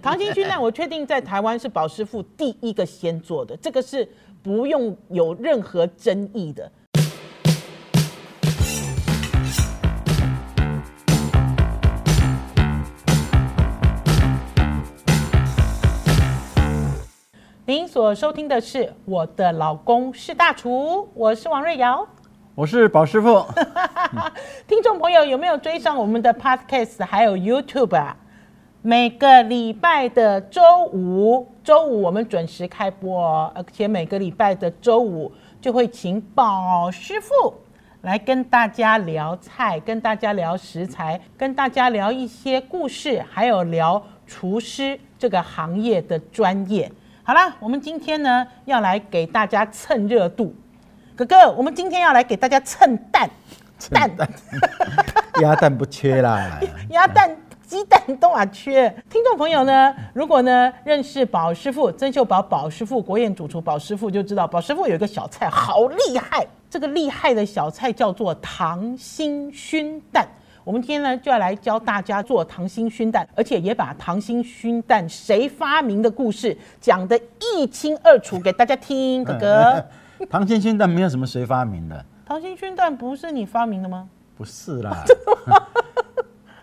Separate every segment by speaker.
Speaker 1: 糖心军蛋，我确定在台湾是保师傅第一个先做的，这个是不用有任何争议的。您所收听的是《我的老公是大厨》，我是王瑞瑶。
Speaker 2: 我是宝师傅，
Speaker 1: 听众朋友有没有追上我们的 Podcast 还有 YouTube 啊？每个礼拜的周五，周五我们准时开播哦，而且每个礼拜的周五就会请宝师傅来跟大家聊菜，跟大家聊食材，跟大家聊一些故事，还有聊厨师这个行业的专业。好啦，我们今天呢要来给大家蹭热度，哥哥，我们今天要来给大家蹭蛋，蛋
Speaker 2: 鸭蛋不缺啦。
Speaker 1: 鸭蛋、鸡蛋都啊缺。 听众朋友呢，如果呢认识宝师傅曾秀宝宝师傅国宴主厨宝师傅，就知道宝师傅有一个小菜好厉害。这个厉害的小菜叫做糖心熏蛋。我们今天呢就要来教大家做糖心熏蛋，而且也把糖心熏蛋谁发明的故事讲得一清二楚给大家听。 哥哥，
Speaker 2: 唐先生，但没有什么谁发明的，
Speaker 1: 糖 心熏哦蛋不是你发明的吗？
Speaker 2: 不是 啦。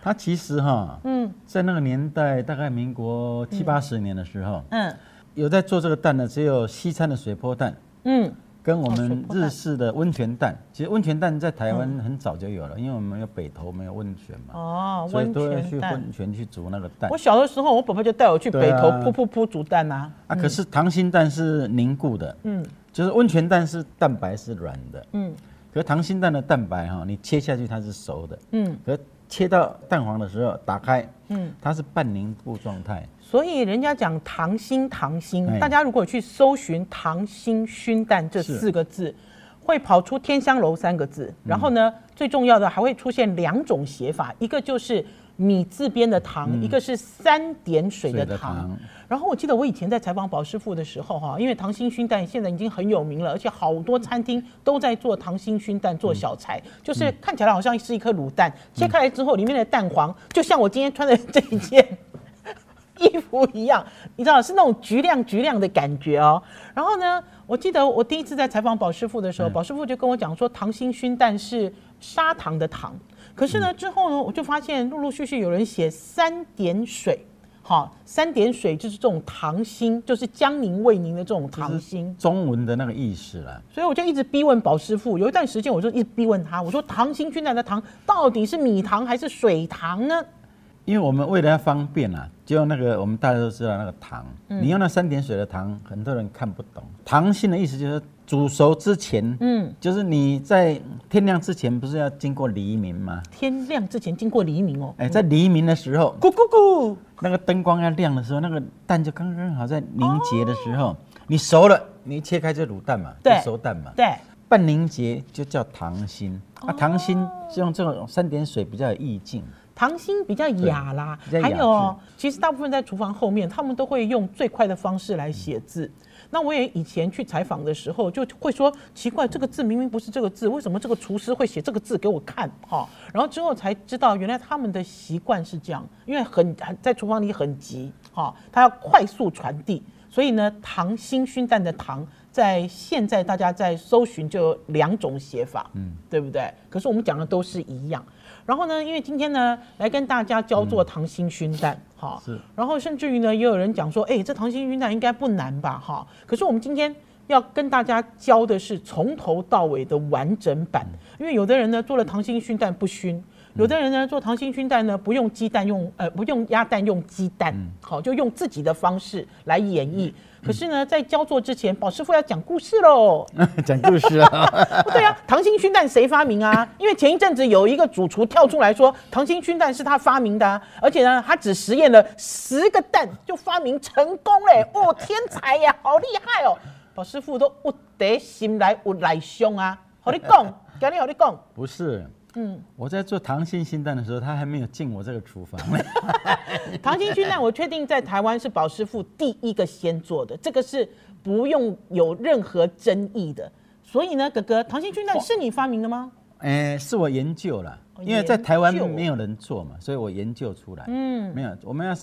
Speaker 2: 他其实哈，嗯，在那个年代，大概民国七八十年的时候，
Speaker 1: 嗯
Speaker 2: 有在做这个蛋的，只有西餐的水波蛋，
Speaker 1: 嗯，
Speaker 2: 跟我
Speaker 1: 哦水
Speaker 2: 们
Speaker 1: 波蛋
Speaker 2: 日式的温泉蛋。其实温泉蛋在台湾很早就有了，因为我们有北投，没有温泉嘛，
Speaker 1: 哦，
Speaker 2: 所以
Speaker 1: 温
Speaker 2: 都要去
Speaker 1: 泉蛋。
Speaker 2: 温泉去煮那个蛋
Speaker 1: 我。小的时候，我爸爸就带我去北投
Speaker 2: 对啊
Speaker 1: 噗噗噗煮蛋啊。
Speaker 2: 啊，可是溏心蛋是凝固的，嗯，就是温泉蛋是蛋白是软的，嗯，可是溏心蛋的蛋白哈、你切下去它是熟的，嗯，可切到蛋黄的时候打开，嗯，它是半凝固状态，
Speaker 1: 所以人家讲糖心糖心，
Speaker 2: 哎
Speaker 1: 大家如果去搜寻“糖心熏蛋”这
Speaker 2: 是嗯
Speaker 1: 四个字，会跑出“天香楼”三个字。然后呢，最重要的还会出现两种写法，一个就是米字边的糖，一个是三点水的
Speaker 2: 嗯水的
Speaker 1: 糖。
Speaker 2: 糖
Speaker 1: 然后我记得我以前在采访宝师傅的时候，哈，因为糖心熏蛋现在已经很有名了，而且好多餐厅都在做糖心熏蛋做小菜，
Speaker 2: 嗯
Speaker 1: 就是看起来好像是一颗卤蛋，切开来之后里面的蛋黄，就像我今天穿的这一件衣服一样，你知道是那种橘亮橘亮的感觉哦。然后呢，我记得我第一次在采访宝师傅的时候，宝师傅就跟我讲说，糖心熏蛋是砂糖的糖。可是呢，之后呢，我就发现陆陆续续有人写三点水，好，三点水就是这种糖心，就是江宁味宁的这种
Speaker 2: 这
Speaker 1: 糖
Speaker 2: 是
Speaker 1: 心。
Speaker 2: 中文的那个意思啦。
Speaker 1: 所以我就一直逼问宝师傅，有一段时间我就一直逼问他，我说糖心熏蛋的啊糖到底是米糖还是水糖呢？
Speaker 2: 因为我们为了要方便啊，就那个我们大家都知道那个糖，你用那三点水的糖，很多人看不懂。糖性的意思就是煮熟之前，嗯，就是你在天亮之前不是要经过黎明吗？
Speaker 1: 天亮之前经过黎明哦，
Speaker 2: 哎，在黎明的时候，
Speaker 1: 咕咕咕，
Speaker 2: 那个灯光要亮的时候，那个蛋就刚刚好在凝结的时候，你熟了，你一切开就卤蛋嘛，就
Speaker 1: 对
Speaker 2: 熟蛋嘛，
Speaker 1: 对。
Speaker 2: 半凝结就叫糖心。
Speaker 1: 哦
Speaker 2: 啊，糖心是用这种三点水比较有意境，
Speaker 1: 糖心比较雅啦
Speaker 2: 对，比较
Speaker 1: 还
Speaker 2: 雅
Speaker 1: 有哦，其实大部分在厨房后面，他们都会用最快的方式来写字。那我也以前去采访的时候，就会说奇怪，这个字明明不是这个字，为什么这个厨师会写这个字给我看？哈、然后之后才知道，原来他们的习惯是这样，因为很很在厨房里很急，哈、哦他要快速传递，所以呢，糖心熏蛋的糖，在现在大家在搜寻就有两种写法，嗯，对不对？可是我们讲的都是一样。然后呢，因为今天呢，来跟大家教做糖心熏蛋，哈、
Speaker 2: 是
Speaker 1: 然后甚至于呢，也有人讲说，哎，这糖心熏蛋应该不难吧，哈。可是我们今天要跟大家教的是从头到尾的完整版，因为有的人呢做了糖心熏蛋不熏。有的人呢做糖心熏蛋呢，不用鸡蛋用呃不用鸭蛋用鸡蛋，好就用自己的方式来演绎。可是呢，在教做之前，宝师傅要讲故事喽。
Speaker 2: 讲故事啊。
Speaker 1: 对啊，糖心熏蛋谁发明啊？因为前一阵子有一个主厨跳出来说，糖心熏蛋是他发明的、啊，而且呢，他只实验了十个蛋就发明成功嘞！哦，天才呀，好厉害哦！宝师傅都有得心来有来胸啊，好你讲，今天好你讲，
Speaker 2: 不是，嗯，我在做糖心心蛋的时候，他还没有进我这个厨房。
Speaker 1: 糖心熏蛋，我确定在台湾是宝师傅第一个先做的，这个是不用有任何争议的。所以呢，哥哥，糖心熏蛋是你发明的吗？
Speaker 2: 哎，是我研究了
Speaker 1: 哦，
Speaker 2: 因为在台湾
Speaker 1: 研究
Speaker 2: 没有人做嘛，所以我研究出来。嗯，没有，我们要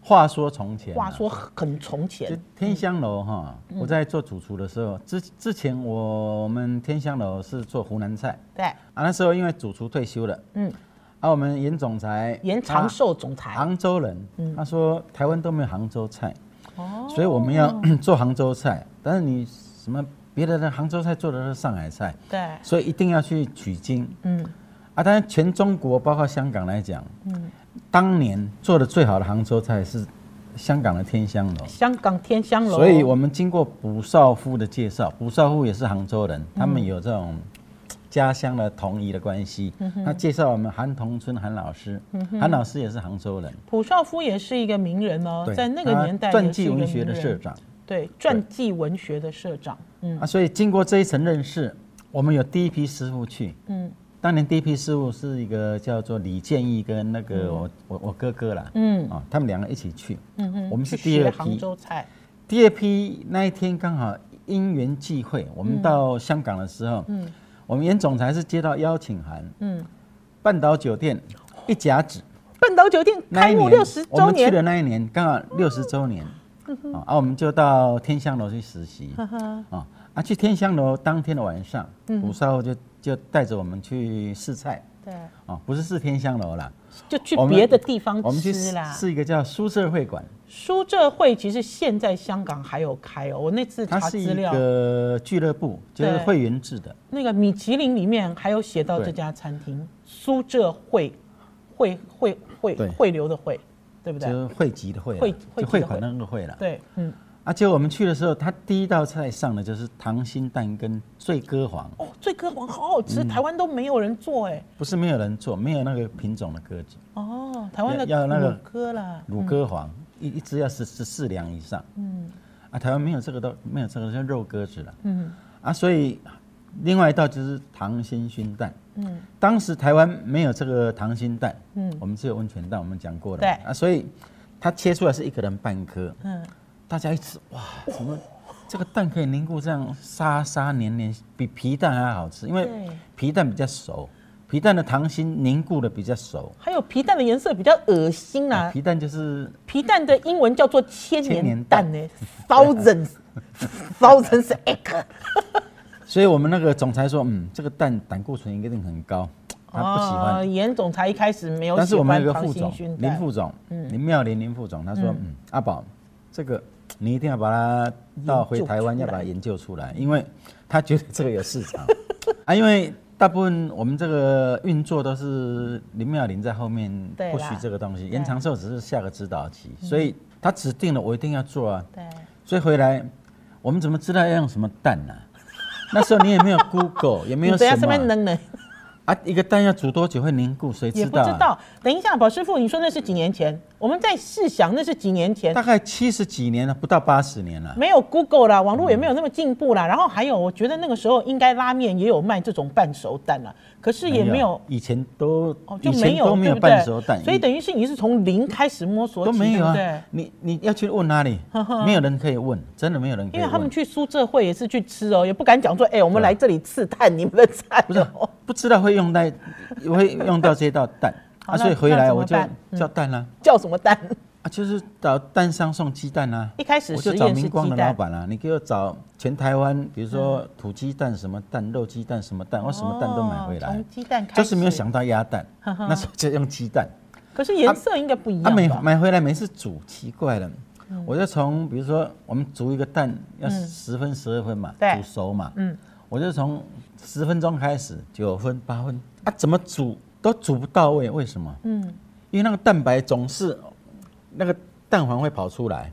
Speaker 2: 话说从前啊、
Speaker 1: 话说很从
Speaker 2: 就
Speaker 1: 前，
Speaker 2: 天香
Speaker 1: 嗯
Speaker 2: 楼哈，我在做主厨的时候，之之前我们天香楼是做湖南菜
Speaker 1: 对，
Speaker 2: 啊，那时候因为主厨退休了，
Speaker 1: 嗯，
Speaker 2: 啊，我们严总裁
Speaker 1: 延
Speaker 2: 他
Speaker 1: 长寿嗯总裁，
Speaker 2: 杭州人，他说台湾都没有杭州菜，
Speaker 1: 哦
Speaker 2: 所以我们要 做杭州菜，但是你什么别的的杭州菜做的都是上海菜，
Speaker 1: 对，
Speaker 2: 所以一定要去取经
Speaker 1: 嗯，
Speaker 2: 啊。当然，全中国包括香港来讲，当年做的最好的杭州菜是香港的天香楼。
Speaker 1: 香港天香楼，
Speaker 2: 所以我们经过卜少夫的介绍，卜少夫也是杭州
Speaker 1: 嗯
Speaker 2: 人，他们有这种家乡的同谊的关系。
Speaker 1: 嗯
Speaker 2: 他介绍我们韩同春韩老师，韩老师也是杭州人，
Speaker 1: 普少夫也是一个名人哦
Speaker 2: 对，
Speaker 1: 在那个
Speaker 2: 他
Speaker 1: 年代
Speaker 2: 传
Speaker 1: 也是一
Speaker 2: 记
Speaker 1: 个
Speaker 2: 文学的
Speaker 1: 名
Speaker 2: 社
Speaker 1: 人
Speaker 2: 长
Speaker 1: 对传记文学的社长，嗯
Speaker 2: 啊，所以经过这一层认识，我们有第一批师傅去。
Speaker 1: 嗯
Speaker 2: 当年第一批师傅是一个叫做李建义跟那个我我我哥哥啦，
Speaker 1: 嗯
Speaker 2: 啊，他们两个一起去。
Speaker 1: 嗯嗯，
Speaker 2: 我们
Speaker 1: 去
Speaker 2: 是第
Speaker 1: 学
Speaker 2: 二
Speaker 1: 杭
Speaker 2: 批，
Speaker 1: 州菜，
Speaker 2: 第二批那一天刚好因缘际会，我们到香港的时候，
Speaker 1: 嗯
Speaker 2: 我们严总裁是接到邀请函，
Speaker 1: 嗯，
Speaker 2: 半岛酒店一甲子
Speaker 1: 半岛酒店
Speaker 2: 那
Speaker 1: 哦开
Speaker 2: 一
Speaker 1: 幕
Speaker 2: 年，
Speaker 1: 六十
Speaker 2: 我
Speaker 1: 周
Speaker 2: 们去
Speaker 1: 年，嗯
Speaker 2: 的那一年刚好六十周年，啊啊，我们就到天香楼去实习，
Speaker 1: 呵呵
Speaker 2: 啊啊，去天香楼当天的晚上，
Speaker 1: 嗯
Speaker 2: 五少后就就带着我们去试菜，
Speaker 1: 对，
Speaker 2: 啊，不是试天香楼啦，
Speaker 1: 就去
Speaker 2: 我们
Speaker 1: 别的地方
Speaker 2: 我们去
Speaker 1: 吃啦。
Speaker 2: 试一个叫苏社会馆，
Speaker 1: 苏浙会其实现在香港还有开哦，我那次
Speaker 2: 它
Speaker 1: 查
Speaker 2: 是
Speaker 1: 资
Speaker 2: 一
Speaker 1: 料，
Speaker 2: 个俱乐部，就是
Speaker 1: 对
Speaker 2: 会员制的。
Speaker 1: 那个米其林里面还有写到
Speaker 2: 对
Speaker 1: 这家餐厅苏浙汇，汇汇汇
Speaker 2: 对
Speaker 1: 汇流的汇，对不
Speaker 2: 就
Speaker 1: 对？
Speaker 2: 是汇集的汇啊，
Speaker 1: 汇汇集的
Speaker 2: 就汇款那个汇了。
Speaker 1: 对，嗯，
Speaker 2: 啊，结果我们去的时候，他第一道菜上的就是溏心蛋跟醉鸽黄，
Speaker 1: 哦，醉鸽皇好好
Speaker 2: 嗯
Speaker 1: 吃，台湾都没有人做哎。
Speaker 2: 不是没有人做，没有那个品种的鸽子，
Speaker 1: 哦，台湾的
Speaker 2: 要要那个
Speaker 1: 乳鸽啦，
Speaker 2: 乳鸽黄一一只要十十四两以上。嗯，啊，台湾没有这个都没有这个叫肉鸽子了。
Speaker 1: 嗯
Speaker 2: 啊，所以另外一道就是溏心熏蛋。
Speaker 1: 嗯，
Speaker 2: 当时台湾没有这个溏心蛋，
Speaker 1: 嗯
Speaker 2: 嗯，我们只有温泉蛋，我们讲过了。
Speaker 1: 对
Speaker 2: 啊，所以它切出来是一个人半颗，
Speaker 1: 嗯，
Speaker 2: 大家一吃，哇，怎么这个蛋可以凝固这样沙沙黏黏，比皮蛋还好吃，因为
Speaker 1: 对
Speaker 2: 皮蛋比较熟，皮蛋的溏心凝固的比较熟，
Speaker 1: 还有皮蛋的颜色比较恶心啦，
Speaker 2: 哎皮蛋就是
Speaker 1: 皮蛋的英文叫做千
Speaker 2: 千
Speaker 1: 年
Speaker 2: 年
Speaker 1: 蛋呢，thousand thousands egg，
Speaker 2: 所以我们那个总裁说，嗯，这个蛋胆固醇一定很高，他不喜欢。
Speaker 1: 哦严总裁一开始没有
Speaker 2: 但
Speaker 1: 喜
Speaker 2: 是我们
Speaker 1: 欢
Speaker 2: 有个
Speaker 1: 唐
Speaker 2: 副
Speaker 1: 新
Speaker 2: 总
Speaker 1: 勋
Speaker 2: 林
Speaker 1: 蛋，
Speaker 2: 副总，林妙玲林副总，他说，嗯，阿宝，这个你一定要把它到回台湾，
Speaker 1: 研究出来
Speaker 2: 要把它研究出来，因为他觉得这个有市场啊，因为。大部分我们这个运作都是林妙玲在后面
Speaker 1: 对啦
Speaker 2: 不许这个东西，延长寿只是下个指导期，所以他指定了我一定要做啊，
Speaker 1: 对，
Speaker 2: 所以回来，我们怎么知道要用什么蛋呢、 那时候你也没有 Google，也没
Speaker 1: 你
Speaker 2: 有
Speaker 1: 不要
Speaker 2: 什
Speaker 1: 这边
Speaker 2: 么
Speaker 1: 冷冷，
Speaker 2: 啊，一个蛋要煮多久会凝固，谁
Speaker 1: 也
Speaker 2: 知
Speaker 1: 不
Speaker 2: 道、啊？
Speaker 1: 知道。等一下，宝师傅，你说那是几年前？我们在试想那是几年前，
Speaker 2: 大概七十几年了，不到八十年了。
Speaker 1: 没有 Google 啦，网络也没有那么进步啦。然后还有，我觉得那个时候应该拉面也有卖这种半熟蛋啦，可是也没有。
Speaker 2: 哎以前都
Speaker 1: 哦，就
Speaker 2: 以
Speaker 1: 没
Speaker 2: 前
Speaker 1: 有，
Speaker 2: 都没
Speaker 1: 对
Speaker 2: 有
Speaker 1: 不对
Speaker 2: 半熟蛋，
Speaker 1: 所以等于是你是从零开始摸索起，
Speaker 2: 都没有
Speaker 1: 对不
Speaker 2: 啊。你你要去问哪里？没有人可以问，真的没有人可
Speaker 1: 对？
Speaker 2: 以
Speaker 1: 因为他们
Speaker 2: 问。啊
Speaker 1: 去苏浙会也是去吃哦，也不敢讲说，哎、我们来这里刺探你们的菜、哦，
Speaker 2: 不是啊不知道会用到，会用到这道蛋
Speaker 1: 好
Speaker 2: 啊，
Speaker 1: 那
Speaker 2: 所以回
Speaker 1: 那
Speaker 2: 来
Speaker 1: 怎么
Speaker 2: 我就
Speaker 1: 办嗯
Speaker 2: 叫蛋啦，
Speaker 1: 叫什么蛋？
Speaker 2: 啊，就是找蛋商送鸡蛋啊啦。
Speaker 1: 一开始
Speaker 2: 我
Speaker 1: 实
Speaker 2: 就找
Speaker 1: 验是
Speaker 2: 明光
Speaker 1: 鸡
Speaker 2: 的老
Speaker 1: 蛋，嗯
Speaker 2: 板啊，你给我找全台湾，比如说土鸡蛋、什么蛋、肉鸡蛋、什么蛋，我什么蛋都买回
Speaker 1: 哦
Speaker 2: 来
Speaker 1: 从，鸡蛋开始，
Speaker 2: 就是没有，想到鸭蛋，那时候就用鸡蛋。
Speaker 1: 可是颜色应该不一
Speaker 2: 啊，
Speaker 1: 样嗯
Speaker 2: 买
Speaker 1: 吧？
Speaker 2: 买回来每次煮奇怪了，我就从比如说我们煮一个蛋要十分十二分嘛，
Speaker 1: 嗯对
Speaker 2: 煮熟嘛，
Speaker 1: 嗯
Speaker 2: 我就从十分钟开始，九分八分，啊，怎么煮都煮不到位，为什么？
Speaker 1: 嗯，
Speaker 2: 因为那个蛋白总是那个蛋黄会跑出来，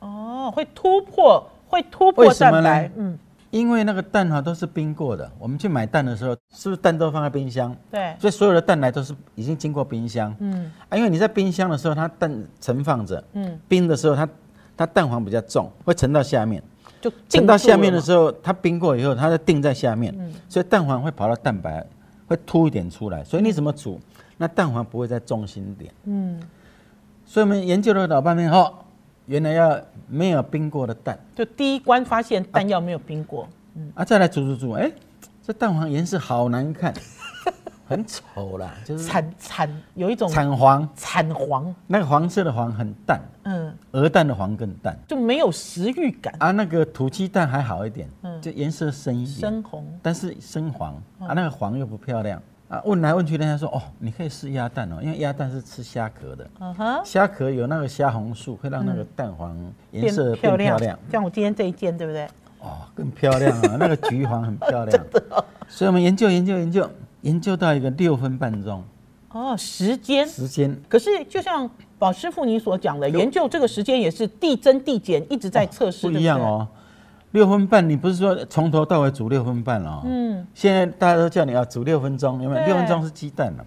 Speaker 1: 哦，会突破，会突破
Speaker 2: 为什么
Speaker 1: 蛋
Speaker 2: 呢
Speaker 1: 白，嗯，
Speaker 2: 因为那个蛋哈都是冰过的，我们去买蛋的时候，是不是蛋都放在冰箱？
Speaker 1: 对，
Speaker 2: 所以所有的蛋来都是已经经过冰箱，嗯，啊，因为你在冰箱的时候，它蛋盛放着，嗯，冰的时候它它蛋黄比较重，会沉到下面，
Speaker 1: 就进
Speaker 2: 沉到下面的
Speaker 1: 候，
Speaker 2: 时候，它冰过以后，它就定在下面，所以蛋黄会跑到蛋白，会凸一点出来，所以你怎么煮，那蛋黄不会在中心点，
Speaker 1: 嗯，
Speaker 2: 所以我们研究了老半天后，原来要没有冰过的蛋，
Speaker 1: 就第一关发现弹药没有冰过，
Speaker 2: 啊，再来煮煮煮，哎，这蛋黄颜色好难看，很丑啦，就是
Speaker 1: 惨惨有一种
Speaker 2: 嗯惨黄，
Speaker 1: 惨黄，
Speaker 2: 那个黄色的黄很淡，
Speaker 1: 嗯，
Speaker 2: 鹅蛋的黄更淡
Speaker 1: 就没有食欲感，
Speaker 2: 啊，那个土鸡蛋还好一点，就颜色嗯深一点，
Speaker 1: 深红，
Speaker 2: 但是深黄啊，那个黄又不漂亮啊。问来问去，人家说哦，你可以试鸭蛋哦，因为鸭蛋是吃虾壳的，
Speaker 1: 嗯哼，
Speaker 2: 虾壳有那个虾红素，会让那个蛋黄颜色嗯变漂亮。
Speaker 1: 像我今天这一件，对不对？
Speaker 2: 哦，更漂亮 啊！那个橘黄很漂亮，
Speaker 1: 哦
Speaker 2: 所以我们研究研究研究研究到一个六分半钟
Speaker 1: 哦，时间。
Speaker 2: 时间，
Speaker 1: 可是就像宝师傅您所讲的，研究这个时间也是递增递减，一直在测试，
Speaker 2: 不
Speaker 1: 对
Speaker 2: 一样
Speaker 1: 对。
Speaker 2: 哦。六分半，你不是说从头到尾煮六分半哦？嗯，现在大家都叫你要煮六分钟，有没有？
Speaker 1: 对
Speaker 2: 六分钟是鸡蛋
Speaker 1: 嗯
Speaker 2: 了、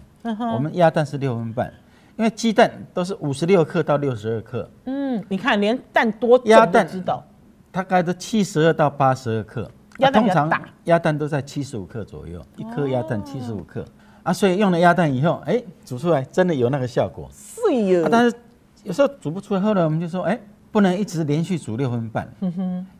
Speaker 2: 我们鸭蛋是六分半，因为鸡蛋都是五十六克到六十二克，
Speaker 1: 嗯，你看连蛋多重
Speaker 2: 鸭
Speaker 1: 都
Speaker 2: 蛋
Speaker 1: 知道，
Speaker 2: 大概都七十二到八十二克。啊
Speaker 1: 鸭蛋
Speaker 2: 通
Speaker 1: 比较
Speaker 2: 常
Speaker 1: 大哦
Speaker 2: 鸭蛋都在七十五克左右，一颗鸭蛋七十五克、啊，所以用了鸭蛋以后，哎、煮出来真的有那个效果。
Speaker 1: 是耶
Speaker 2: 啊，但是有时候煮不出来，后来我们就说，哎、不能一直连续煮六分半，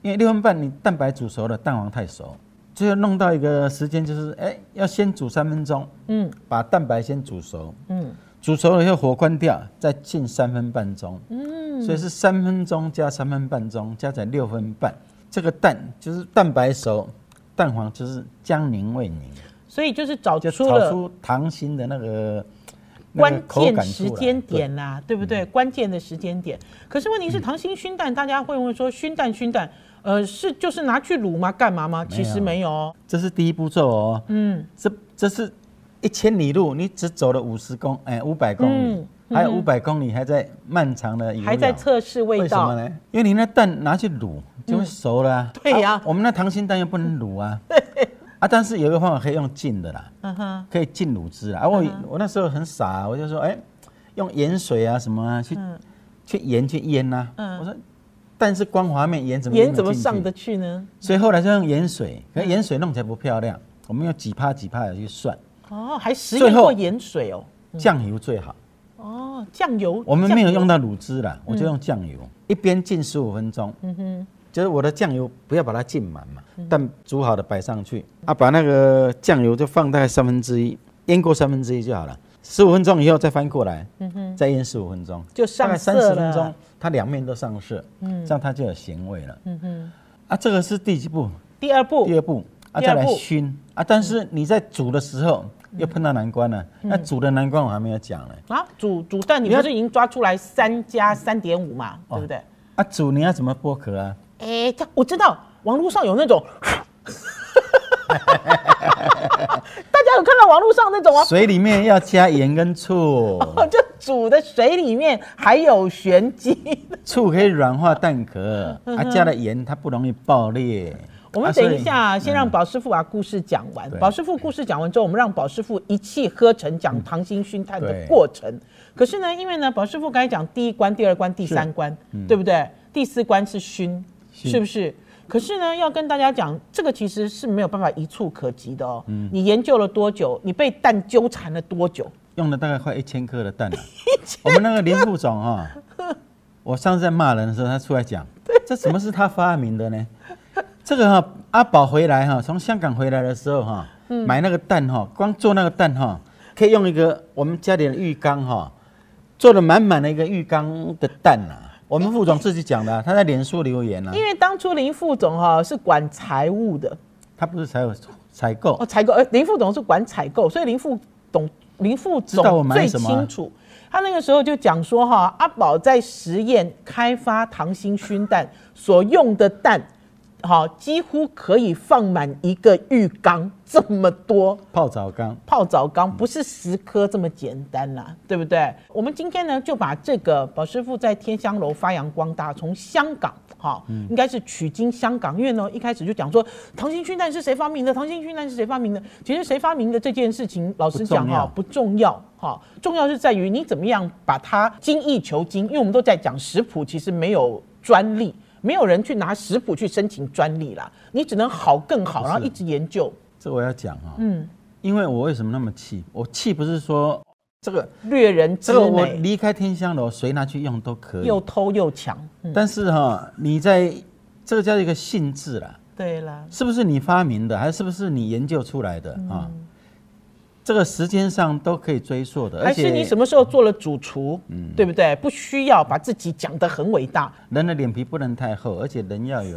Speaker 2: 因为六分半你蛋白煮熟了，蛋黄太熟，最后弄到一个时间就是，哎、要先煮三分钟，
Speaker 1: 嗯
Speaker 2: 把蛋白先煮熟，
Speaker 1: 嗯，
Speaker 2: 煮熟了以后火关掉，再进三分半钟，嗯，所以是三分钟加三分半钟，加起来六分半，这个蛋就是蛋白熟，蛋黄就是将凝未凝，
Speaker 1: 所以就是找
Speaker 2: 就
Speaker 1: 出
Speaker 2: 炒
Speaker 1: 了
Speaker 2: 出溏心的那个。那个
Speaker 1: 关
Speaker 2: 口
Speaker 1: 键
Speaker 2: 感
Speaker 1: 时
Speaker 2: 出来嗯
Speaker 1: 间点啦、对不对？关键的时间点。可是问题是，溏心熏蛋，大家会问说，熏蛋熏蛋，呃，是就是拿去卤吗？干嘛吗？
Speaker 2: 有
Speaker 1: 其实没有哦，
Speaker 2: 这是第一步骤哦。嗯，这这是一千里路，你只走了五十公，哎，五百公里，还有五百公里还在漫长的游
Speaker 1: 嗯还在
Speaker 2: 泳
Speaker 1: 测试味
Speaker 2: 为什么
Speaker 1: 道。
Speaker 2: 呢？因为你那蛋拿去卤就会熟了、啊
Speaker 1: 嗯对呀
Speaker 2: 啊我们那溏心蛋又不能卤 啊。啊，但是有一个方法可以用浸的啦，
Speaker 1: 嗯哼，
Speaker 2: 可以浸卤汁啦。啊，我
Speaker 1: 嗯
Speaker 2: 我那时候很傻、我就说，哎，用盐水啊什么啊去去盐去腌呐、
Speaker 1: 嗯
Speaker 2: 我说，但是光滑面盐怎么腌
Speaker 1: 盐怎么
Speaker 2: 进去
Speaker 1: 上得去呢？
Speaker 2: 所以后来就用盐水，可是盐水弄起来不漂亮，我们用几帕几帕的去算，
Speaker 1: 哦，还实
Speaker 2: 最
Speaker 1: 验
Speaker 2: 后
Speaker 1: 过盐水哦。
Speaker 2: 酱油最好。
Speaker 1: 哦，酱油，
Speaker 2: 我们
Speaker 1: 酱
Speaker 2: 没有
Speaker 1: 油
Speaker 2: 用到卤汁啦，我就用酱油，一边浸十五分钟。嗯哼，嗯就是我的酱油不要把它浸满嘛，但煮好的摆上去啊，把那个酱油就放大概三分之一，腌过三分之一就好了。十五分钟以后再翻过来，嗯哼，再腌十五分钟，
Speaker 1: 就上
Speaker 2: 大概
Speaker 1: 色
Speaker 2: 三十分
Speaker 1: 了
Speaker 2: 钟，它两面都上色，嗯，这样它就有咸味了。嗯哼，啊，这个是第几步？
Speaker 1: 第二步
Speaker 2: 第，二步啊，
Speaker 1: 第
Speaker 2: 再
Speaker 1: 二
Speaker 2: 来
Speaker 1: 步
Speaker 2: 熏啊。但是你在煮的时候又碰到难关了。
Speaker 1: 嗯
Speaker 2: 那煮的难关我还没有讲呢。
Speaker 1: 啊，煮煮蛋，你
Speaker 2: 你
Speaker 1: 不
Speaker 2: 要
Speaker 1: 是已经抓出来三加三点五嘛，对不对？
Speaker 2: 啊，煮你要怎么剥壳啊？
Speaker 1: 哎、这我知道，网络上有那种， 大家有看到网络上那种啊，
Speaker 2: 水里面要加盐跟醋，
Speaker 1: 就煮的水里面还有玄机。
Speaker 2: 醋可以软化蛋壳，啊，加了盐它不容易爆裂。
Speaker 1: 嗯我们
Speaker 2: 啊所以
Speaker 1: 等一下，先让宝师傅把故事讲完。
Speaker 2: 对
Speaker 1: 宝师傅故事讲完之后，我们让宝师傅一气呵成讲溏心熏炭的
Speaker 2: 嗯对
Speaker 1: 过程。可是呢，因为呢，宝师傅刚才讲第一关、第二关、第三关，对不对？第四关是熏，
Speaker 2: 嗯熏
Speaker 1: 是不是？可是呢，要跟大家讲，这个其实是没有办法一触可及的哦。
Speaker 2: 嗯
Speaker 1: 你研究了多久？你被蛋纠缠了多久？
Speaker 2: 用了大概快一千克的 蛋了。啊我们那个林副总哈、啊我上次在骂人的时候，他出来讲，这怎么是他发明的呢？这个哈、阿宝回来哈、从香港回来的时候哈、
Speaker 1: 嗯
Speaker 2: 买那个蛋哈、光做那个蛋哈、可以用一个我们家里的浴缸哈、做了满满的一个浴缸的蛋啊。我们副总自己讲的啊、他在脸书留言啊，
Speaker 1: 因为当初林副总哈、是管财务的，
Speaker 2: 他不是才有采购
Speaker 1: 哦，，采购，呃，林副总是管采购，所以林副董、林副
Speaker 2: 知道我
Speaker 1: 总
Speaker 2: 买
Speaker 1: 最
Speaker 2: 什么啊
Speaker 1: 清楚。他那个时候就讲说哈，阿宝在实验开发溏心熏蛋所用的蛋，好、几乎可以放满一个浴缸这么多。
Speaker 2: 泡澡缸。
Speaker 1: 泡澡缸不是十颗这么简单啦，对不对？我们今天呢就把这个宝师傅在天香楼发扬光大，从香港哈、
Speaker 2: 嗯
Speaker 1: 应该是取经香港，因为呢一开始就讲说溏心熏蛋是谁发明的，溏心熏蛋是谁发明的？其实谁发明的这件事情，老实讲
Speaker 2: 不重
Speaker 1: 哈、
Speaker 2: 要
Speaker 1: 不重要哈、重要是在于你怎么样把它精益求精，因为我们都在讲食谱，其实没有专利。没有人去拿食谱去申请专利啦，你只能好更好，
Speaker 2: 不
Speaker 1: 然后
Speaker 2: 是
Speaker 1: 一直研究。
Speaker 2: 这我要讲哈、嗯，因为我为什么那么气？我气不是说这个
Speaker 1: 掠人之
Speaker 2: 这个我
Speaker 1: 美，
Speaker 2: 离开天香楼，谁拿去用都可以
Speaker 1: 又。偷又抢。嗯
Speaker 2: 但是哈、你在这个叫一个性质啦，
Speaker 1: 对啦，嗯
Speaker 2: 是不是你发明的，还是不是你研究出来的啊、这个时间上都可以追溯的，
Speaker 1: 还
Speaker 2: 而
Speaker 1: 是
Speaker 2: 且嗯
Speaker 1: 你什么时候做了主厨，对不对？不需要把自己讲得很伟大，
Speaker 2: 人的脸皮不能太厚，而且人 要有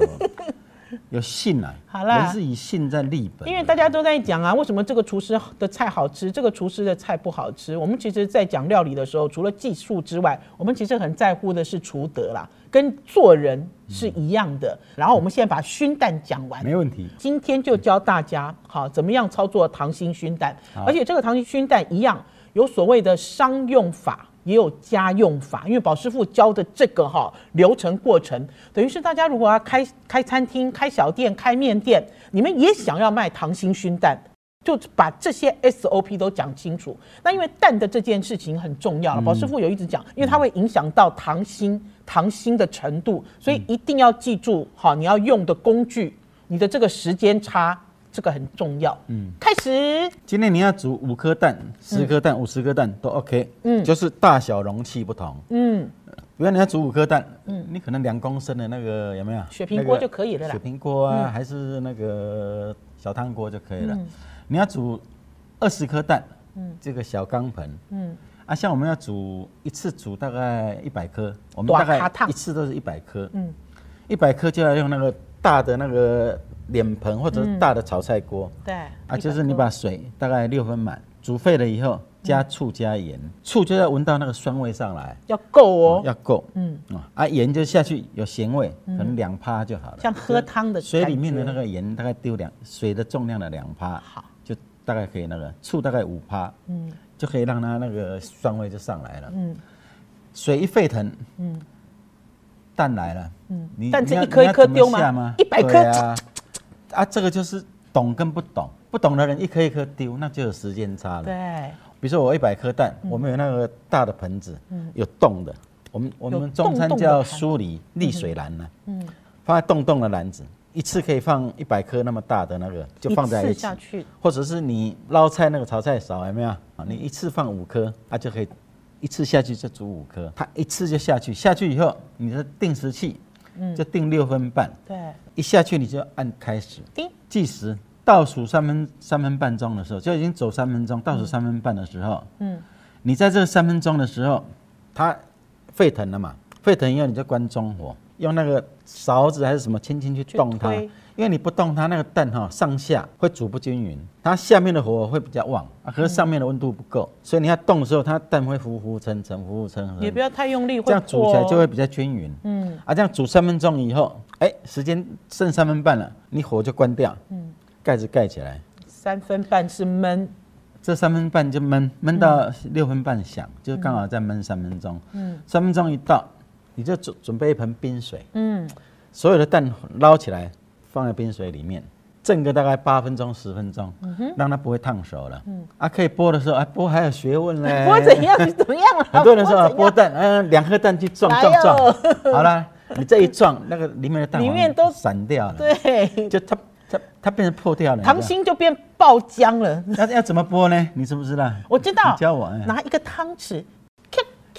Speaker 2: 有信啊。
Speaker 1: 好啦
Speaker 2: 人是以信在立本的，
Speaker 1: 因为大家都在讲啊，为什么这个厨师的菜好吃，这个厨师的菜不好吃？我们其实，在讲料理的时候，除了技术之外，我们其实很在乎的是厨德啦，跟做人是一样的。然后我们现在把熏蛋讲完，
Speaker 2: 没问题。
Speaker 1: 今天就教大家好怎么样操作糖心熏蛋，而且这个糖心熏蛋一样有所谓的商用法。也有家用法，因为宝师傅教的这个哈流程过程，等于是大家如果要开开餐厅、开小店、开面店，你们也想要卖糖心熏蛋，就把这些 SOP 都讲清楚。那因为蛋的这件事情很重要了，
Speaker 2: 嗯
Speaker 1: 宝师傅有一直讲，因为它会影响到糖心糖心的程度，所以一定要记住，好，你要用的工具，你的这个时间差，这个很重要。嗯，开始，
Speaker 2: 今天你要煮五颗蛋、十颗蛋、五十颗蛋都 OK，嗯，就是大小容器不同，
Speaker 1: 嗯，
Speaker 2: 比如你要煮五颗蛋，嗯，你可能两公升的那个有没有
Speaker 1: 雪平锅
Speaker 2: 那
Speaker 1: 就
Speaker 2: 个
Speaker 1: 可以了啦嗯
Speaker 2: 雪平锅啊，还是那个小汤锅就可以了。你要煮二十颗蛋，嗯，这个小钢盆，嗯，啊，像我们要煮一次煮大概一百颗，我们大
Speaker 1: 大卡
Speaker 2: 概
Speaker 1: 烫
Speaker 2: 一次都是一百颗，
Speaker 1: 嗯
Speaker 2: 嗯，一百颗就要用那个大的那个脸盆或
Speaker 1: 嗯
Speaker 2: 者是大的炒菜锅，
Speaker 1: 对，
Speaker 2: 啊，就是你把水大概六分满煮沸了以后，
Speaker 1: 嗯
Speaker 2: 加醋加盐，醋就要闻到那个酸味上来，
Speaker 1: 要够哦，
Speaker 2: 要够，嗯啊，盐就下去有咸味，可能两趴就好了。
Speaker 1: 嗯像喝汤的
Speaker 2: 哦水里面的
Speaker 1: 感觉
Speaker 2: 那个盐大概丢两水的重量的两趴，
Speaker 1: 好，
Speaker 2: 就大概可以那个醋大概五趴，嗯，就可以让它那个酸味就上来了，嗯，水一沸腾，嗯，蛋来了，嗯，你
Speaker 1: 蛋是
Speaker 2: 你要
Speaker 1: 一颗一颗
Speaker 2: 你
Speaker 1: 丢
Speaker 2: 要怎么
Speaker 1: 吗
Speaker 2: 下吗？
Speaker 1: 100颗
Speaker 2: 对啊，啊，这个就是懂跟不懂，不懂的人一颗一颗丢，那就有时间差了。
Speaker 1: 对，嗯
Speaker 2: 比如说我一百颗蛋，我们有那个大的盆子，有洞的，我们我
Speaker 1: 有
Speaker 2: 们
Speaker 1: 洞
Speaker 2: 中餐
Speaker 1: 洞的
Speaker 2: 叫
Speaker 1: 盘
Speaker 2: 疏离沥水篮呢、嗯，放在洞洞的篮子，一次可以放一百颗那么大的那个，就放在
Speaker 1: 一
Speaker 2: 一
Speaker 1: 次
Speaker 2: 起
Speaker 1: 下，去，
Speaker 2: 或者是你捞菜那个炒菜勺有没有啊？你一次放五颗，它、就可以一次下去就煮五颗，它一次就下去，下去以后你的定时器就定六分半，
Speaker 1: 对，
Speaker 2: 一下去你就按开始，
Speaker 1: 叮，
Speaker 2: 计时倒数三分三分半钟的时候，就已经走三分钟，倒数三分半的时候，嗯，你在这三分钟的时候，它沸腾了嘛？沸腾以后你就关中火，用那个勺子还是什么轻轻去动它，
Speaker 1: 去推
Speaker 2: 因为你不动它，那个蛋哈、上下会煮不均匀，它下面的火会比较旺，啊、可是上面的温度不够，所以你要动的时候，它蛋会浮浮沉沉，浮浮沉沉，
Speaker 1: 也不要太用力，会
Speaker 2: 嗯这样煮起来
Speaker 1: 破哦
Speaker 2: 就会比较均匀。嗯，啊，这样煮三分钟以后，哎，时间剩三分半了，你火就关掉，嗯，盖子盖起来，
Speaker 1: 三分半是焖，
Speaker 2: 这三分半就焖，焖到
Speaker 1: 嗯
Speaker 2: 六分半响，就刚好再焖三分钟。嗯，三分钟一到，你就准准备一盆冰水，
Speaker 1: 嗯，
Speaker 2: 所有的蛋捞起来放在冰水里面。蒸个大概八分钟、十分钟，
Speaker 1: 嗯
Speaker 2: 让它不会烫手了。嗯，啊，可以剥的时候，啊，剥还有学 问嘞。
Speaker 1: 我怎样怎么样了？
Speaker 2: 很多人说啊
Speaker 1: 我
Speaker 2: 剥蛋，嗯，两颗蛋去撞
Speaker 1: 来
Speaker 2: 撞
Speaker 1: 哟
Speaker 2: 撞， 好啦，你这一撞，那个里面的蛋
Speaker 1: 里
Speaker 2: 黄
Speaker 1: 面都
Speaker 2: 散掉了，
Speaker 1: 怎样对，
Speaker 2: 就它它它变成破掉了。
Speaker 1: 糖心就变爆浆了。
Speaker 2: 你知道要要怎么剥呢？你知不知道？
Speaker 1: 我知道，
Speaker 2: 你教我哎
Speaker 1: 拿一个汤匙，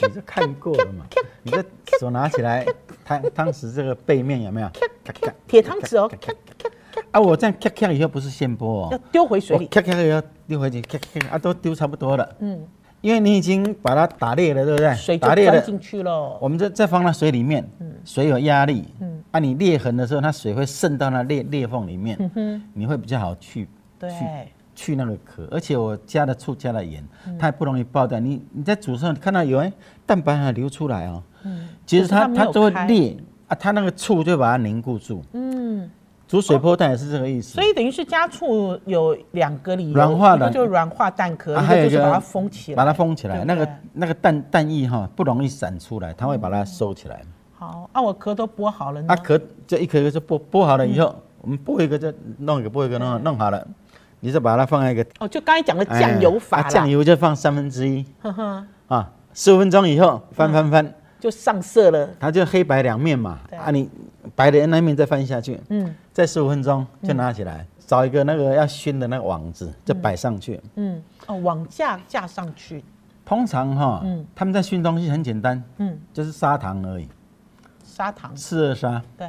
Speaker 2: 你就看过了嘛？你这手拿起 来，汤汤匙这个背面有没有？ 咔咔
Speaker 1: 铁汤匙哦，
Speaker 2: 啊，我这样咔咔以后不是现剥
Speaker 1: 要
Speaker 2: 哦，
Speaker 1: 丢回水
Speaker 2: 我
Speaker 1: 里。
Speaker 2: 咔咔以后丢回去，咔咔啊都丢差不多了。嗯，因为你已经把它打裂了，对不
Speaker 1: 水
Speaker 2: 对？
Speaker 1: 就
Speaker 2: 打裂
Speaker 1: 钻
Speaker 2: 了。
Speaker 1: 进去了，
Speaker 2: 我们再再放到水里面，
Speaker 1: 嗯
Speaker 2: 水有压力，啊，你裂痕的时候，它水会渗到那裂裂缝里面，你会比较好去
Speaker 1: 嗯对
Speaker 2: 去去那个壳。而且我加了醋，加了盐，
Speaker 1: 嗯
Speaker 2: 它也不容易爆掉。你你在煮的时候，你看到有哎蛋白还流出来哦，其实它
Speaker 1: 嗯可是它没
Speaker 2: 它
Speaker 1: 有
Speaker 2: 就会
Speaker 1: 开
Speaker 2: 裂啊，它那个醋就把它凝固住。煮水波蛋也是这个意思
Speaker 1: 嗯所。以等于是家畜有两个理由，
Speaker 2: 软化
Speaker 1: 一个
Speaker 2: 蛋
Speaker 1: 就软化蛋壳，
Speaker 2: 啊
Speaker 1: 一个就是把它封起
Speaker 2: 把
Speaker 1: 来。
Speaker 2: 它封起来，
Speaker 1: 对
Speaker 2: 那
Speaker 1: 不对
Speaker 2: 个那个蛋蛋液哈不容易散出来，它会把它收起来。
Speaker 1: 好，啊，我壳都剥好了呢
Speaker 2: 啊，，壳就一颗一颗就剥剥好了以后，我们剥一个就弄一个，剥一个弄弄好了，你就把它放在一个
Speaker 1: 哦，就刚才讲的酱油法
Speaker 2: 哎
Speaker 1: 啦
Speaker 2: 啊酱油就放三分之一
Speaker 1: 呵呵，
Speaker 2: 啊，十五分钟以后翻翻翻，
Speaker 1: 就上色了。
Speaker 2: 它就黑白两面嘛，
Speaker 1: 嗯对
Speaker 2: 啊，你白的那面再翻下去，
Speaker 1: 嗯，
Speaker 2: 再十五分钟就拿起来，找一个那个要熏的那个网子就摆上去。
Speaker 1: 嗯，哦，往架架上去，
Speaker 2: 通常哈，他们在熏东西很简单，
Speaker 1: 嗯，
Speaker 2: 就是砂糖而已，
Speaker 1: 砂糖，
Speaker 2: 四二砂
Speaker 1: 对。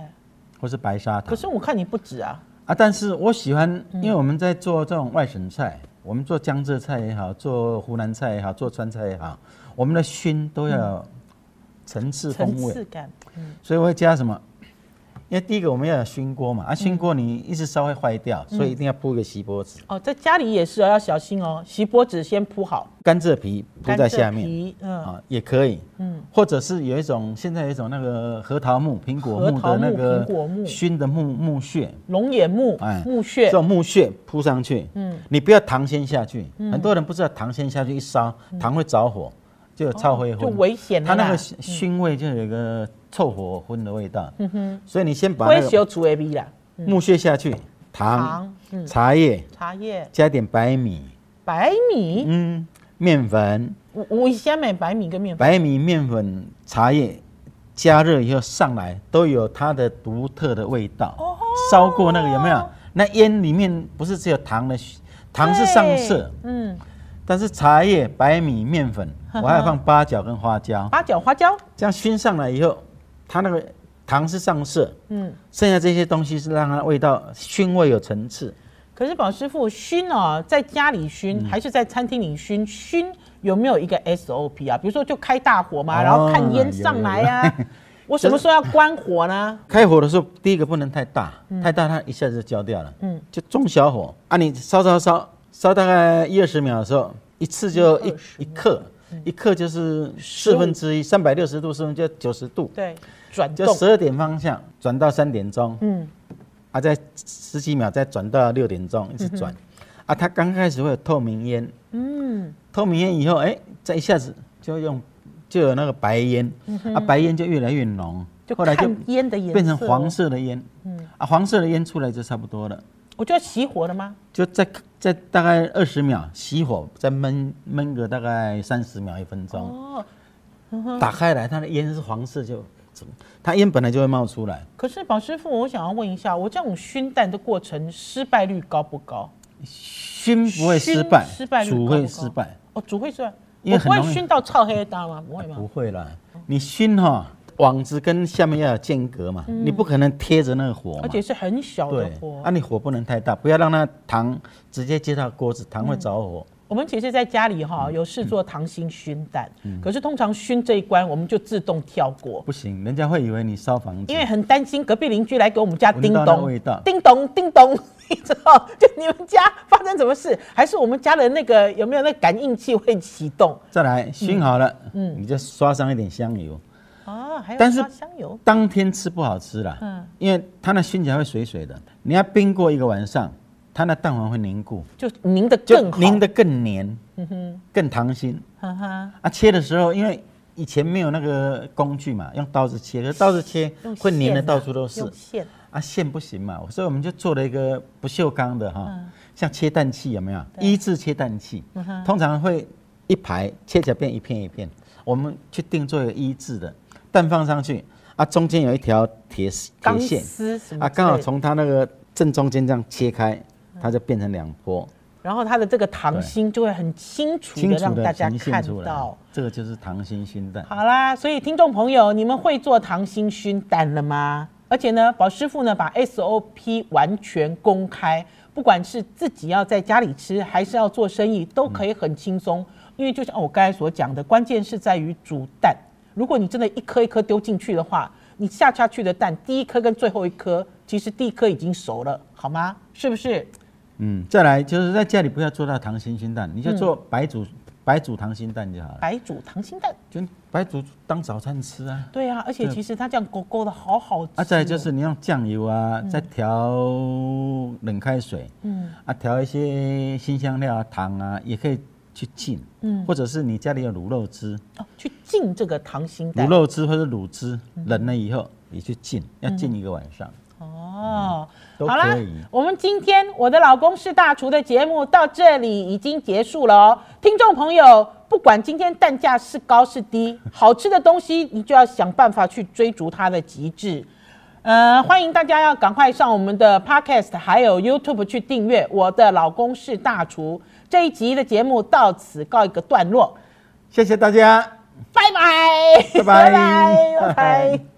Speaker 2: 或是白砂糖
Speaker 1: 可。是我看你不止啊，嗯
Speaker 2: 啊，但是我喜欢，因为我们在做这种外省菜，我们做江浙菜也好，做湖南菜也好，做川菜也好，我们的熏都要有层次
Speaker 1: 嗯层
Speaker 2: 风味，
Speaker 1: 次感，嗯
Speaker 2: 所以我会加什么？因为第一个我们要有熏锅嘛，
Speaker 1: 嗯
Speaker 2: 啊，熏锅你一直烧会坏掉，所以一定要铺一个锡箔纸，
Speaker 1: 哦，在家里也是哦，要小心哦，锡箔纸先铺好，
Speaker 2: 甘蔗皮铺在下
Speaker 1: 甘蔗
Speaker 2: 面
Speaker 1: 皮嗯，
Speaker 2: 啊，也可以，
Speaker 1: 嗯
Speaker 2: 嗯，或者是有一种现在有一种那个核桃木、苹果木
Speaker 1: 核桃
Speaker 2: 的
Speaker 1: 木
Speaker 2: 那
Speaker 1: 苹果木
Speaker 2: 个熏的木木屑，
Speaker 1: 龙眼木
Speaker 2: 哎、
Speaker 1: 木屑
Speaker 2: 这，种木屑铺上去，嗯，你不要糖先下去，很多人不知道糖先下去一烧，糖会着火，嗯哦就有啊臭灰
Speaker 1: 就
Speaker 2: 灰，
Speaker 1: 危险
Speaker 2: 它
Speaker 1: 了
Speaker 2: 那
Speaker 1: 啦
Speaker 2: 个。熏味就有一个臭火熏的味道，嗯哼，所以你先把
Speaker 1: 我也
Speaker 2: 那
Speaker 1: 喜
Speaker 2: 个
Speaker 1: 欢煮 A B 啦，
Speaker 2: 木屑下去，糖、
Speaker 1: 糖、嗯，
Speaker 2: 茶叶，
Speaker 1: 茶叶、
Speaker 2: 加点白米，
Speaker 1: 白米，
Speaker 2: 嗯，面粉，
Speaker 1: 我我先买白米跟面粉，
Speaker 2: 白米、面粉、茶叶加热以后上来，都有它的独特的味道。烧过那个有没有？那烟里面不是只有糖的，糖是上色
Speaker 1: 对，，嗯，
Speaker 2: 但是茶叶、白米、面 粉，
Speaker 1: 呵呵
Speaker 2: 我还放八角跟花椒，
Speaker 1: 八角、花椒，
Speaker 2: 这样熏上来以后，它那个糖是上色，
Speaker 1: 嗯。
Speaker 2: 剩下这些东西是让它味道熏味有层次。
Speaker 1: 可是宝师傅熏哦，在家里熏、
Speaker 2: 嗯
Speaker 1: 还是在餐厅里熏？熏有没有一个 SOP 啊？比如说就开大火嘛，
Speaker 2: 哦
Speaker 1: 然后看烟上来啊。 我什么时候要关火呢？
Speaker 2: 开火的时候，第一个不能太大，太大它一下子就焦掉了。
Speaker 1: 嗯
Speaker 2: 嗯，就中小火啊，你烧烧烧烧大概一二十秒的时候，一次就一
Speaker 1: 20
Speaker 2: 一克，一克就是四分之一，三百六十度，四分就九十度，
Speaker 1: 对，转
Speaker 2: 就
Speaker 1: 动
Speaker 2: 十二点方向转到三点钟，
Speaker 1: 嗯
Speaker 2: 嗯，啊，再十几秒再转到六点钟，一直转，啊，它刚开始会有透明烟，
Speaker 1: 嗯，
Speaker 2: 透明烟以后，哎，再一下子就用就有那个白烟，啊，白烟就越来越浓，
Speaker 1: 嗯就
Speaker 2: 后来就
Speaker 1: 看烟的颜色，嗯
Speaker 2: 变成黄。色的烟，啊，黄色的烟出来就差不多了，
Speaker 1: 我就要熄火了吗？
Speaker 2: 就再再大概二十秒熄火，再焖焖个大概三十秒一分钟，
Speaker 1: 哦，
Speaker 2: 打开来它的烟是黄色就，它烟本来就会冒出来，
Speaker 1: 可是宝师傅，我想要问一下，我这种熏蛋的过程失败率高不高？
Speaker 2: 熏不会失败，
Speaker 1: 熏失败率
Speaker 2: 煮
Speaker 1: 高不
Speaker 2: 会
Speaker 1: 高
Speaker 2: 失败，
Speaker 1: 哦，煮会算，
Speaker 2: 因
Speaker 1: 我不
Speaker 2: 为很
Speaker 1: 会
Speaker 2: 容易
Speaker 1: 熏到超黑的吗？不会吗
Speaker 2: 不？会啦，你熏哈、网子跟下面要有间隔嘛，你不可能贴着那个火
Speaker 1: 嗯而
Speaker 2: 嘛。
Speaker 1: 且是很小的
Speaker 2: 对，
Speaker 1: 火
Speaker 2: 啊，。你火不能太大，不要让那糖直接接到锅子，糖会着火。
Speaker 1: 我们其实在家里
Speaker 2: 嗯
Speaker 1: 哈、有试做糖心熏蛋，可是通常熏这一关我们就自动跳过，
Speaker 2: 不行，人家会以为你烧房子。
Speaker 1: 因为很担心隔壁邻居来给我们家叮
Speaker 2: 闻到那
Speaker 1: 咚
Speaker 2: 味道
Speaker 1: 叮咚叮咚， 你知道？就你们家发生什么事，还是我们家的那个有没有那感应器会启动
Speaker 2: 再来熏好了，嗯，你就刷上一点香油。
Speaker 1: 啊？还有
Speaker 2: 但是
Speaker 1: 刷香油，
Speaker 2: 当天吃不好吃啦，
Speaker 1: 嗯
Speaker 2: 嗯，因为它那熏起来会水水的，你要冰过一个晚上，它那蛋黄会凝固，
Speaker 1: 就凝的
Speaker 2: 就
Speaker 1: 更好，嗯
Speaker 2: 凝得更黏，更糖心。
Speaker 1: 哈哈，
Speaker 2: 啊，切的时候因为以前没有那个工具嘛，用刀子切，可是刀子切
Speaker 1: 用
Speaker 2: 会粘的
Speaker 1: 线啊
Speaker 2: 到处都是
Speaker 1: 用线
Speaker 2: 啊，线不行嘛，所以我们就做了一个不锈钢的哈，
Speaker 1: 嗯
Speaker 2: 像切蛋器有没有？一字切蛋器，通常会一排切起来变一片一片，我们去定做一个一字的，蛋放上去啊，中间有一条铁丝铁
Speaker 1: 钢
Speaker 2: 线
Speaker 1: 丝什么
Speaker 2: 啊，刚好
Speaker 1: 之类的
Speaker 2: 从它那个正中间这样切开，它就变成两波，
Speaker 1: 然后它的这个糖心就会很清楚
Speaker 2: 清
Speaker 1: 的
Speaker 2: 楚
Speaker 1: 让大
Speaker 2: 的
Speaker 1: 家
Speaker 2: 呈现
Speaker 1: 看
Speaker 2: 出来
Speaker 1: 到。。
Speaker 2: 这个就是糖心熏蛋。
Speaker 1: 好啦，所以听众朋友，你们会做糖心熏蛋了吗？而且呢，宝师傅呢把 SOP 完全公开，不管是自己要在家里吃，还是要做生意，都可以很轻松。因为就像我刚才所讲的，关键是在于煮蛋。如果你真的一颗一颗丢进去的话，你下下去的蛋，第一颗跟最后一颗，其实第一颗已经熟了，好吗？是不是？
Speaker 2: 嗯，再来就是在家里不要做到糖心熏蛋，你就做白煮、白煮糖心蛋就好了，
Speaker 1: 白哎煮糖心蛋，
Speaker 2: 就白煮当早餐吃啊。
Speaker 1: 对啊，而且其实它这样勾勾的好好吃、
Speaker 2: 啊，再来就是你用酱油啊，再调冷开水，嗯，啊，调一些新香料啊、糖啊，也可以去浸，嗯，或者是你家里有卤肉汁，
Speaker 1: 哦去浸这个糖心蛋
Speaker 2: 卤。肉汁或者卤汁冷了以后，你去浸，要浸一个晚上。
Speaker 1: 哦，
Speaker 2: 都
Speaker 1: 好啦
Speaker 2: 可以，
Speaker 1: 我们今天我的老公是大厨的节目到这里已经结束了哦，听众朋友，不管今天蛋价是高是低，好吃的东西你就要想办法去追逐它的极致。呃，欢迎大家要赶快上我们的 Podcast 还有 YouTube 去订阅《我的老公是大厨》这一集的节目到此告一个段落，
Speaker 2: 谢谢大家。
Speaker 1: 拜拜，
Speaker 2: 拜
Speaker 1: 拜
Speaker 2: 拜
Speaker 1: 拜。拜拜